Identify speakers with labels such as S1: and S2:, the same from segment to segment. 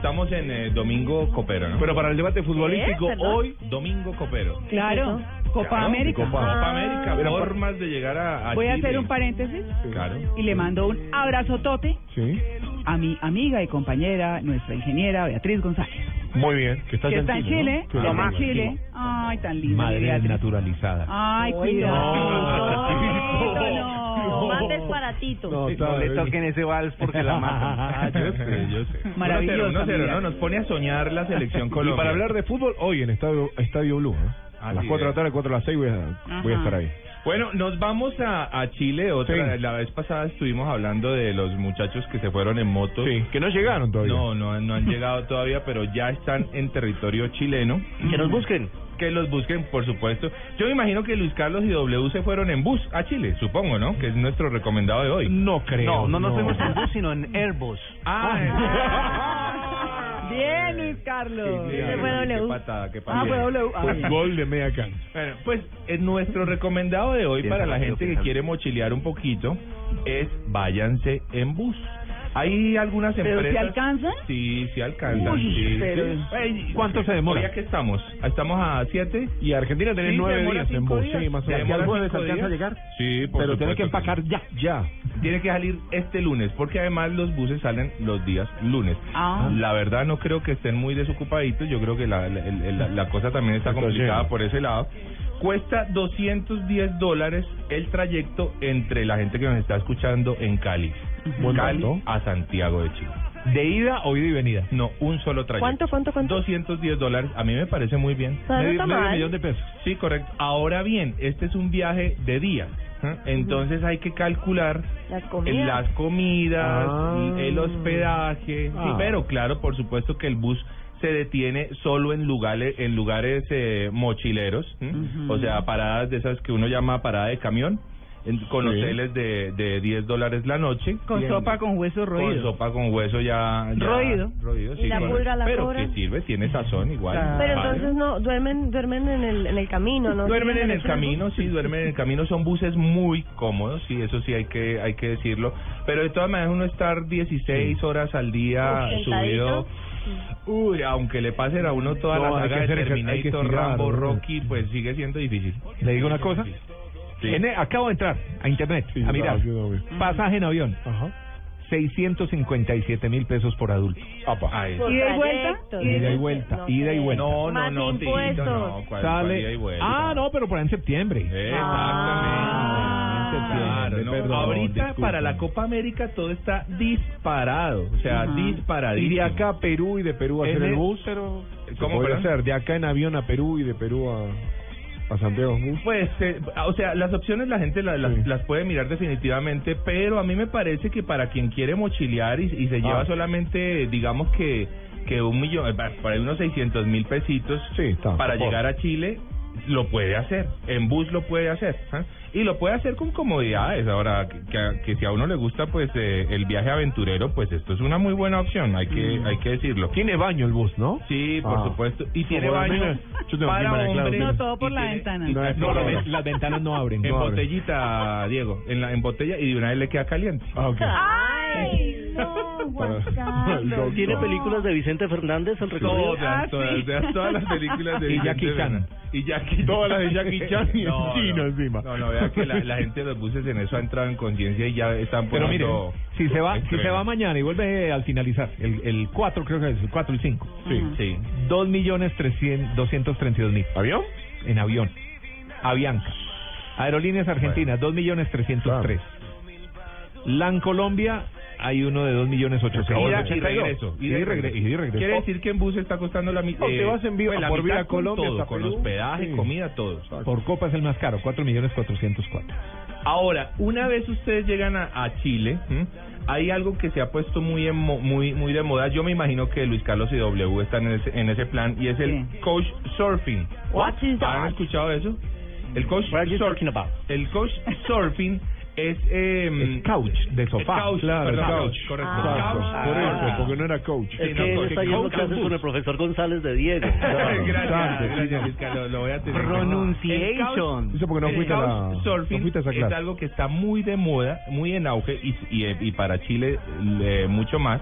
S1: Estamos en eh, Domingo Copero, ¿no? Pero para el debate futbolístico, hoy Domingo Copero.
S2: Claro, Copa
S1: Claro,
S2: América.
S1: Copa, Copa América,
S2: Pero por-
S1: formas de llegar a,
S2: Voy a
S1: Chile.
S2: hacer un paréntesis
S1: Claro.
S2: y le mando un abrazotote
S3: Sí,
S2: a mi amiga y compañera, nuestra ingeniera Beatriz González,
S3: muy bien. Que está,
S2: que está en Chile,
S3: ¿no?
S2: está en Chile. Ay, tan linda mi Beatriz.
S1: naturalizada.
S2: Ay, cuidado.
S1: no.
S2: Tito, no.
S4: Más desparatito.
S3: No, está bien.
S1: ese vals porque la
S3: Ah,
S1: matan. Ah, yo sé, yo sé. 1-0,
S2: Maravillosa,
S1: 1-0,
S2: mira.
S1: ¿no? Nos pone a soñar la selección Colombia.
S3: Y para hablar de fútbol, hoy en Estadio, Estadio Blue. ¿no? A
S1: Así
S3: las 4 de la
S1: es.
S3: tarde, 4 a las 6 voy a, voy a estar ahí.
S1: Bueno, nos vamos a, a Chile. Otra,
S3: Sí.
S1: La vez pasada estuvimos hablando de los muchachos que se fueron en moto.
S3: Sí, que no llegaron todavía.
S1: No, no, no han llegado todavía, pero ya están en territorio chileno.
S5: Que nos busquen.
S1: Que los busquen, por supuesto. Yo me imagino que Luis Carlos y W se fueron en bus a Chile, supongo, ¿no? Que es nuestro recomendado de hoy.
S3: No creo.
S5: No, no nos fuimos en bus, sino en Airbus.
S3: Ah,
S1: Ah,
S2: Bien, Luis Carlos.
S1: Qué
S4: W.
S1: patada, qué
S2: Ah,
S1: patada.
S2: fue W. Ah, bien.
S3: Pues, Gol de media cancha.
S1: Bueno, pues eh, nuestro recomendado de hoy
S5: Piensa
S1: para la
S5: rápido,
S1: gente que
S5: piensa.
S1: quiere mochilear un poquito es váyanse en bus. Hay algunas
S2: ¿Pero
S1: empresas...
S2: si alcanzan?
S1: Sí, sí alcanzan.
S2: Uy,
S1: sí.
S2: pero-
S1: Sí. Ey,
S3: ¿Cuánto se demora?
S1: Ya que estamos, estamos a 7.
S3: Y Argentina tiene
S1: Sí, se
S3: 9
S1: demora
S3: días en
S1: cinco
S3: bus.
S1: días.
S3: Sí, más o
S1: Se
S3: menos.
S1: demora cinco días. Sí, por supuesto sí.
S3: ya. Ya.
S1: Tiene que salir este lunes, porque además los buses salen los días lunes.
S2: Ah.
S1: La verdad no creo que estén muy desocupaditos, yo creo que la, la- el- la- la cosa también está
S3: Está
S1: complicada
S3: lleno.
S1: por ese lado. Cuesta 210 dólares el trayecto entre la gente que nos está escuchando en Cali.
S3: Buen
S1: Cali
S3: dato.
S1: a Santiago de Chile.
S3: De ida o ida y venida.
S1: No, un solo trayecto.
S4: ¿Cuánto, cuánto, cuánto?
S1: 210 dólares, a mí me parece muy bien.
S4: O sea, no está mal.
S3: pesos.
S1: Sí, correcto. Ahora bien, este es un viaje de días. ¿eh? Entonces hay que calcular
S4: Las
S1: en
S4: comidas.
S1: las comidas,
S3: Ah.
S1: el hospedaje,
S3: Ah.
S1: pero claro, por supuesto que el bus se detiene solo en lugares en lugares eh, mochileros, ¿m? o sea, paradas de esas que uno llama parada de camión, en- con
S3: Sí.
S1: hoteles de, de 10 dólares la noche.
S2: Con
S1: Bien.
S2: sopa con hueso
S1: Con
S2: roído.
S1: sopa con hueso ya... ya-
S2: Roído.
S1: roído,
S4: Y
S1: sí,
S4: la
S1: correcto.
S4: pulga la
S1: Pero
S4: cobra.
S1: que sirve, tiene sazón igual.
S2: Claro.
S4: Pero
S1: Vale.
S4: entonces no, duermen, duermen en el, en el camino, ¿no?
S1: Duermen en
S4: Duermen
S1: el camino, sí, duermen en el camino. Son buses muy cómodos, sí, eso sí hay que hay que decirlo. Pero de todas maneras uno estar 16 horas al día
S4: Uf,
S1: subido...
S4: sentadito.
S1: Uy, aunque le pasen a uno toda
S3: No,
S1: la
S3: hay
S1: saga
S3: que hacer
S1: de
S3: ejer- hay que
S1: Terminator,
S3: estirar,
S1: Rambo,
S3: ¿no?
S1: Rocky, pues sigue siendo difícil.
S3: Le digo una cosa.
S1: Sí.
S3: En- acabo de entrar a internet
S5: Sí,
S3: a mirar.
S5: claro,
S3: Pasaje en avión.
S5: Ajá.
S3: 657 mil pesos por adulto.
S1: Ay,
S4: Por
S2: ¿Y de vuelta?
S4: trayecto,
S2: Y de
S3: Ida y vuelta,
S4: no
S3: ida y
S4: sé.
S3: vuelta.
S1: no, no,
S4: Más
S1: no, Tito,
S4: impuestos.
S1: no, cuál- cuál ida y vuelta.
S3: Ah, no, pero para en septiembre.
S1: Exactamente.
S3: Ah,
S1: Claro, ¿no?
S3: perdón,
S1: Ahorita
S3: disculpen.
S1: para la Copa América todo está disparado, o sea,
S2: Ajá.
S3: Y
S1: disparadísimo.
S3: de acá a Perú y de Perú a
S1: En
S3: hacer el
S1: el-
S3: bus, pero
S1: ¿Cómo,
S3: puede
S1: perdón?
S3: ser de acá en avión a Perú y de Perú a, a Santiago en bus.
S1: Pues, eh, o sea, las opciones la gente la- las,
S3: Sí.
S1: las puede mirar definitivamente, pero a mí me parece que para quien quiere mochilear y, y se lleva
S3: Ah.
S1: solamente, digamos que, que un millón, eh, pa- por ahí unos 600 mil pesitos
S3: Sí, está,
S1: para
S3: por-
S1: llegar a Chile, lo puede hacer, en bus lo puede hacer, ¿ah? y lo puede hacer con comodidades. Ahora, que, que- que si a uno le gusta pues eh, el viaje aventurero, pues esto es una muy buena opción, hay que, hay que decirlo.
S3: Mm. Tiene baño el bus, ¿no?
S1: Sí, por
S3: Ah.
S1: supuesto. Y
S3: No,
S1: tiene
S3: por lo
S1: baño
S3: menos. Yo tengo
S1: para
S3: aquí para Claudio.
S1: hombres.
S2: No todo por
S1: y
S2: la
S1: tiene-
S2: ventana.
S1: y-
S3: No, es-
S1: no, no,
S3: las ventanas no abren.
S1: en
S3: no abren.
S1: botellita, Diego, en, la, en botella y de una vez le queda caliente.
S3: Ah, ok.
S4: ¡Ay! No, Juan
S3: Para-
S4: Carlos.
S3: Tiene Ah,
S4: no.
S5: películas de Vicente Fernández el recorrido?
S1: Todas, todas, todas, todas las películas de
S3: Y
S1: Vicente
S3: Jackie Chan.
S1: Fernández. Y Jackie
S3: Todas las de Jackie Chan y
S1: no,
S3: el chino
S1: no,
S3: encima.
S1: No, no, vea que la, la gente de los buses en eso ha entrado en conciencia y ya están
S3: Pero mire,
S1: poniendo...
S3: si se va, si
S1: Extremo.
S3: se va mañana y vuelve al finalizar, el, el 4 creo que es, el 4 y 5.
S1: Sí, sí.
S3: 2 millones 232 mil. ¿Avión? En avión. Avianca. Aerolíneas Argentinas, 2 millones 303. LAN Colombia, hay uno de 2 millones
S1: Ida y
S3: 800.
S1: regreso.
S3: Ida y regreso. Ida y regreso.
S1: Quiere decir que en bus está costando la mitad. Eh, pues,
S3: O te vas en vivo
S1: la
S3: por
S1: mitad
S3: vía
S1: con
S3: Colombia
S1: todo,
S3: hasta
S1: con
S3: Perú.
S1: hospedaje,
S3: Sí.
S1: comida, todo.
S3: Por copa es el más caro, 4 millones 404.
S1: Ahora, una vez ustedes llegan a, a Chile, ¿m? hay algo que se ha puesto muy en mo- muy muy de moda. Yo me imagino que Luis Carlos y W están en ese, en ese plan y es el
S2: ¿Qué?
S1: coach surfing.
S5: What is that?
S1: ¿Han escuchado eso? El coach
S5: What are you
S1: surf-
S5: talking about?
S1: El coach surfing es em,
S3: Es couch, de sofá.
S1: Couch,
S3: claro,
S1: perdón,
S3: couch.
S1: couch, correcto.
S4: Ah.
S1: Couch
S3: Por
S1: surfing.
S3: eso, porque no era coach.
S1: Sí,
S5: Es
S1: no,
S5: que él
S1: porque
S5: está yendo
S1: coach
S5: clases
S1: bus.
S5: con el profesor González de Diego.
S3: Claro.
S1: Gracias,
S3: Exacto, sí,
S1: gracias,
S3: señor.
S1: Luisca, lo, lo voy a tener.
S5: Pronunciation.
S3: Eso porque no
S1: El
S3: fuiste a la,
S1: couchsurfing
S3: no fuiste a esa
S1: es
S3: clase.
S1: algo que está muy de moda, muy en auge y, y, y para Chile eh, mucho más.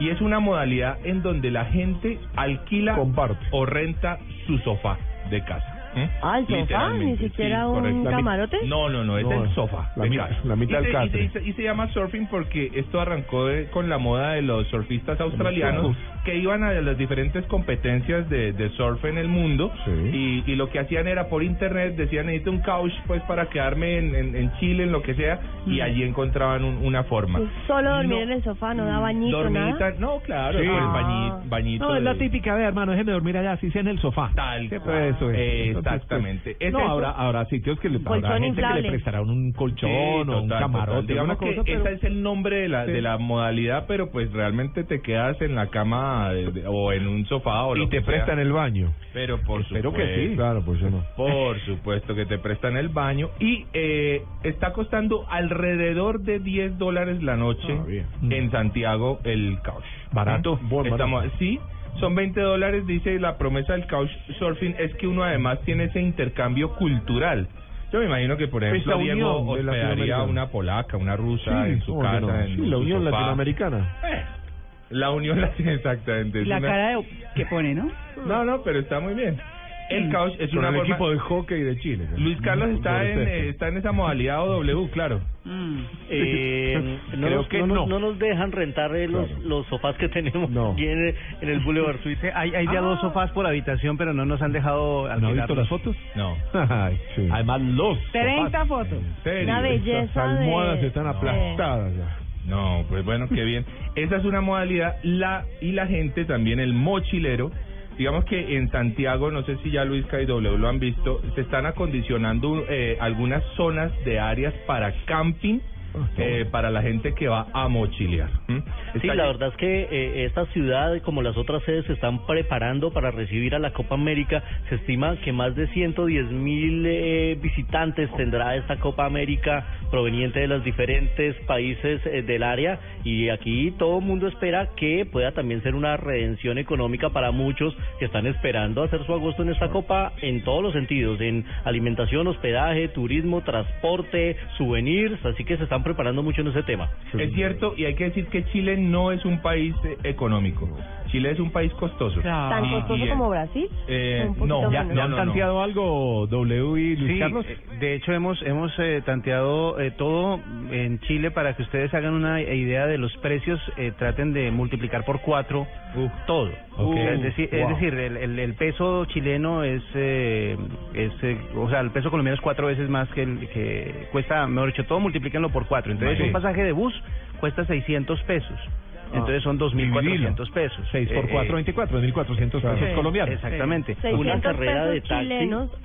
S1: Y es una modalidad en donde la gente alquila
S3: Comparte.
S1: o renta su sofá de casa. ¿eh?
S4: Ah, ¿el sofá?
S1: Literalmente,
S4: ¿Ni siquiera un
S1: correcto. La mi-
S4: camarote?
S1: No, no, no, es
S3: No,
S1: el sofá.
S3: la
S1: de
S3: mi-
S1: casa.
S3: la mitad del
S1: y se, y, se,
S3: catre.
S1: y se llama surfing porque esto arrancó de- con la moda de los surfistas australianos que iban a las diferentes competencias de, de surf en el mundo
S3: Sí.
S1: y y, y lo que hacían era por internet, decían necesito un couch pues para quedarme en, en- en Chile, en lo que sea, y
S4: Mm.
S1: allí encontraban un- una forma.
S4: Pues Solo dormir
S1: No. Mm,
S4: en el sofá, no da bañito,
S1: Dormidita,
S4: nada.
S1: no, claro,
S3: Sí.
S1: el
S4: Ah.
S1: bañi- bañito.
S3: No, es la
S1: de-
S3: típica, ve, hermano, déjeme dormir allá, así sea en el sofá.
S1: Tal
S3: Sí,
S1: cual.
S3: pues, eso es.
S1: Eh,
S3: Entonces, pues,
S1: exactamente. ¿Es
S3: no,
S1: eso?
S3: habrá, habrá sitios que le,
S4: Colchón
S3: habrá gente que
S4: inflable.
S3: le prestarán un
S1: Sí,
S3: colchón o
S1: total,
S3: un
S1: total.
S3: camarote,
S1: Digamos
S3: una
S1: que
S3: cosa,
S1: ese
S3: pero...
S1: es el nombre de la,
S3: Sí.
S1: de la modalidad, pero pues realmente te quedas en la cama de- de- o en un sofá o lo
S3: Y te
S1: que sea.
S3: prestan el baño.
S1: Pero por
S3: Espero
S1: supuesto.
S3: que sí. Claro, pues yo no.
S1: Por supuesto que te prestan el baño y eh, está costando alrededor de 10 dólares la noche
S3: Ah, bien.
S1: en Santiago el couch.
S3: Barato, buen
S1: Estamos,
S3: barato.
S1: sí, son 20 dólares, dice la promesa del couch surfing es que uno además tiene ese intercambio cultural. Yo me imagino que, por
S3: Pues
S1: ejemplo,
S3: la
S1: Diego
S3: unión de
S1: hospedaría a
S3: latinoamericanos.
S1: una polaca, una rusa en su
S3: ¿cómo que
S1: casa.
S3: no?
S1: en
S3: Sí, la
S1: su
S3: Unión
S1: sofá.
S3: Latinoamericana.
S1: Eh, la Unión Latina, exactamente. es
S2: La
S1: una-
S2: cara de, que pone, ¿no?
S1: No, no, pero está muy bien. El
S4: Mm.
S1: couch es
S3: Con
S1: una
S3: el
S1: forma...
S3: equipo de hockey de Chile.
S1: Luis Carlos está
S3: Por
S1: en,
S3: cierto.
S1: eh, está en esa modalidad OW, claro.
S2: Mm.
S5: Eh, no,
S3: Creo
S5: nos,
S3: que
S5: no, nos-
S3: no.
S5: no nos dejan rentar eh, los,
S3: Claro.
S5: los sofás que tenemos
S3: No.
S5: aquí en, el- en el Boulevard Suiza. Ah. Hay, hay ya dos sofás por habitación, pero no nos han dejado
S3: ¿No ha visto las fotos?
S1: No.
S3: Ay, sí. Además, los
S2: 30
S3: sofás.
S2: fotos.
S1: ¿En serio?
S4: Una
S3: Las
S4: belleza
S3: almohadas
S4: de...
S3: están
S4: de-
S3: aplastadas ya.
S1: No, pues bueno, qué bien. Esa es una modalidad la y la gente también el mochilero. Digamos que en Santiago, no sé si ya Luis y W lo han visto, se están acondicionando eh, algunas zonas de áreas para camping
S3: Ah, está
S1: eh,
S3: bueno.
S1: para la gente que va a mochilear. ¿Mm?
S5: Sí,
S1: Está
S5: la
S1: lle-
S5: verdad es que eh, esta ciudad, como las otras sedes, se están preparando para recibir a la Copa América. Se estima que más de 110 mil eh, visitantes tendrá esta Copa América proveniente de los diferentes países eh, del área. Y aquí todo el mundo espera que pueda también ser una redención económica para muchos que están esperando hacer su agosto en esta Copa en todos los sentidos, en alimentación, hospedaje, turismo, transporte, souvenirs. Así que se están preparando mucho en ese tema.
S1: Es cierto, y hay que decir que Chile no es un país eh, económico. Chile es un país costoso.
S4: ¿Tan costoso
S1: y-
S4: como Brasil?
S1: Eh,
S4: Un poquito
S1: no, ya-
S4: menos.
S3: ¿Ya han
S1: no, no.
S3: tanteado algo W y Luis
S6: Sí,
S3: Carlos?
S6: eh, de hecho hemos hemos eh, tanteado eh, todo en Chile para que ustedes hagan una idea de los precios, eh, traten de multiplicar por cuatro
S3: Uf.
S6: todo.
S3: Ok.
S6: Es decir, es
S3: Wow.
S6: decir el, el- el peso chileno es, eh, es eh, o sea, el peso colombiano es cuatro veces más que el que cuesta, mejor dicho, todo multiplíquenlo por cuatro. Entonces
S3: Vale.
S6: un pasaje de bus cuesta 600 pesos. Entonces son 2.400 pesos.
S3: 6 Ah. por
S6: Eh,
S3: 4,
S6: eh,
S3: 24, 1.400 pesos
S6: sí,
S3: colombianos.
S6: Exactamente.
S5: Una
S4: 600
S5: carrera de
S4: pesos
S5: taxi,
S4: chilenos,
S5: una-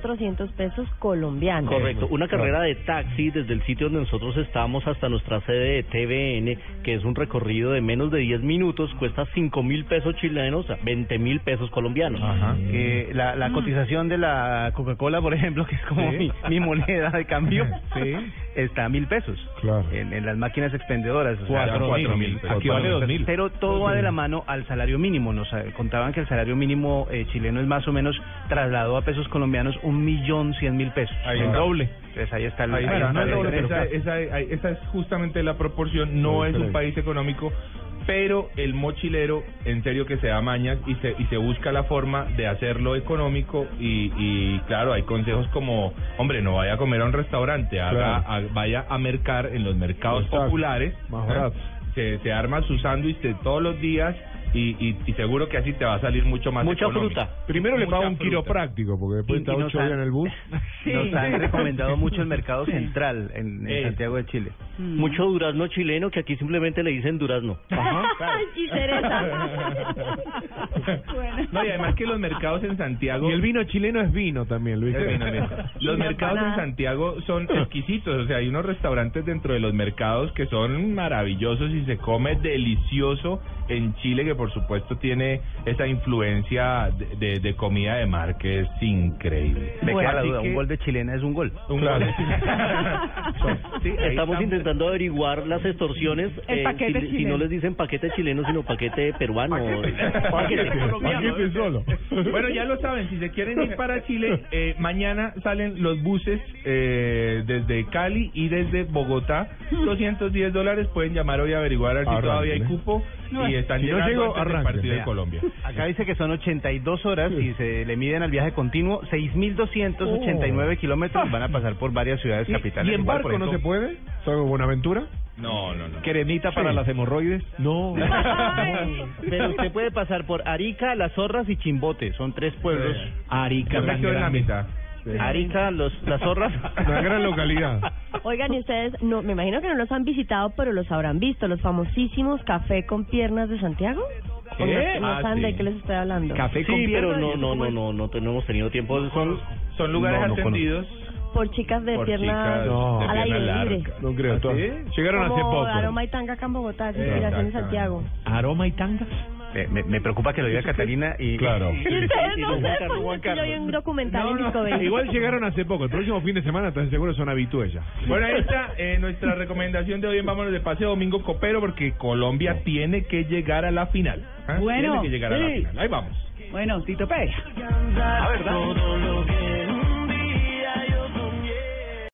S4: 2.400 pesos colombianos.
S5: Correcto, una
S3: claro.
S5: carrera de taxi desde el sitio donde nosotros estamos hasta nuestra sede de TVN, que es un recorrido de menos de 10 minutos, cuesta 5 mil pesos chilenos, 20 mil pesos colombianos.
S1: Ajá.
S6: Eh, la, la cotización de la Coca-Cola, por ejemplo, que es como
S3: Mm. Sí.
S6: mi, mi moneda de cambio,
S3: Sí.
S6: está a mil pesos
S3: Claro.
S6: en, en las máquinas expendedoras. o sea,
S1: Cuatro
S3: Cuatro
S1: mil.
S3: mil. Aquí
S1: Cuatro
S3: vale
S1: mil.
S3: dos mil.
S6: pero todo va de la mano al salario mínimo. Nos eh, contaban que el salario mínimo eh, chileno es más o menos trasladado a pesos colombianos un millón cien mil pesos.
S1: Ahí
S3: El
S1: está.
S3: doble.
S6: Entonces ahí está el,
S1: Ahí
S6: ahí
S1: está,
S6: está
S1: no,
S6: la
S1: no,
S6: diferencia.
S1: esa, esa- esa es justamente la proporción, no
S3: Muy
S1: es un
S3: diferente.
S1: país económico, pero el mochilero en serio que se da mañas y se, y se busca la forma de hacerlo económico y, y, claro, hay consejos como, hombre, no vaya a comer a un restaurante, haga-
S3: Claro.
S1: a- vaya a mercar en los mercados
S3: Exacto,
S1: populares,
S3: más
S1: ¿eh?
S3: barato.
S1: se, se arma su sándwich de todos los días y, y- y seguro que así te va a salir mucho más
S5: Mucha
S1: económico.
S5: fruta.
S3: Primero le
S1: Mucha
S3: paga un
S1: fruta.
S3: quiropráctico, porque
S6: Y-
S3: después
S6: y
S3: está
S6: nos
S3: 8
S6: han-
S3: días en el bus.
S6: Nos han recomendado mucho el mercado
S2: Sí.
S6: central en, en
S1: Eh.
S6: Santiago de Chile.
S2: Mm.
S5: Mucho durazno chileno, que aquí simplemente le dicen durazno.
S4: y cereza.
S2: Bueno.
S1: No, y además que los mercados en Santiago...
S3: Y el vino chileno es vino también, Luis.
S1: Es bien, amigo. Los mercados en Santiago son exquisitos, o sea, hay unos restaurantes dentro de los mercados que son maravillosos y se come delicioso en Chile, que por supuesto tiene esa influencia de, de- de comida de mar que es increíble.
S6: Me
S3: Bueno,
S6: queda la
S3: así
S6: duda,
S3: que-
S6: un gol de chilena es un gol.
S1: Un
S3: Claro.
S1: gol.
S5: Sí, estamos intentando averiguar las extorsiones. eh,
S2: El paquete
S5: si, si
S2: chileno.
S5: no les dicen paquete chileno, sino paquete peruano.
S1: Paquete.
S3: Paquete solo.
S1: Bueno, ya lo saben, si se quieren ir para Chile, eh, mañana salen los buses eh, desde Cali y desde Bogotá. 210 dólares, pueden llamar hoy a averiguar a ver si
S3: Arranque,
S1: todavía hay
S3: ¿eh?
S1: cupo. Y están
S3: Si no
S1: llegando
S3: llego,
S1: antes del
S3: arranque.
S1: partido de
S3: Vea.
S1: Colombia.
S6: Acá dice que son 82 horas y se le miden al viaje continuo 6.289 kilómetros. Van a pasar por varias ciudades capitales.
S3: Oh. ¿Y en
S6: Igual, por
S3: barco no se
S6: ejemplo,
S3: puede? ¿Solo Buenaventura?
S1: No, no, no.
S3: ¿Cremita para
S6: Sí.
S3: las hemorroides? No.
S6: Pero usted puede pasar por Arica, Las Zorras y Chimbote. Son tres pueblos.
S1: Sí.
S6: Arica,
S1: Yo me
S6: tan
S1: quedo en la
S6: grande.
S1: mitad.
S6: Arica, los, Las Zorras.
S3: Una gran localidad.
S4: Oigan, y ustedes, no, me imagino que no los han visitado, pero los habrán visto, los famosísimos café con piernas de Santiago. ¿O
S1: ¿Qué?
S4: No, no
S1: Ah,
S4: saben
S1: sí.
S4: de qué les estoy hablando.
S3: Café con
S5: Sí, pero
S3: piernas.
S5: no, no, no, no, no, te- no hemos tenido tiempo. Son,
S1: Son lugares
S3: No, no
S1: atendidos
S4: Por chicas de
S1: por
S4: piernas
S1: chicas
S3: No.
S1: de
S4: al aire
S1: pierna
S4: libre.
S1: larga.
S3: No creo.
S1: ¿Ah,
S3: todas.
S1: sí?
S3: Llegaron hace
S4: Como
S3: poco.
S4: Aroma y Tanga acá en Bogotá, es inspiración en
S1: Exactamente.
S4: Santiago.
S3: ¿Aroma y tangas?
S6: Me, me- me preocupa que lo diga Catalina y...
S3: Claro.
S4: Y ustedes no
S6: Juan
S4: sepan,
S6: Carlos, Juan
S4: porque yo vi
S6: Carlos.
S4: un documental
S1: No,
S4: en
S1: no,
S4: Discovery.
S3: Igual llegaron hace poco. El próximo fin de semana, están seguro son habitués ya.
S1: Bueno, ahí está eh, nuestra recomendación de hoy en Vámonos de Paseo Domingo Copero, porque Colombia tiene que llegar a la final. ¿ah?
S2: Bueno,
S1: Tiene que llegar a la
S2: sí.
S1: final. Ahí vamos.
S2: Bueno, Tito Pérez.
S5: Todo lo que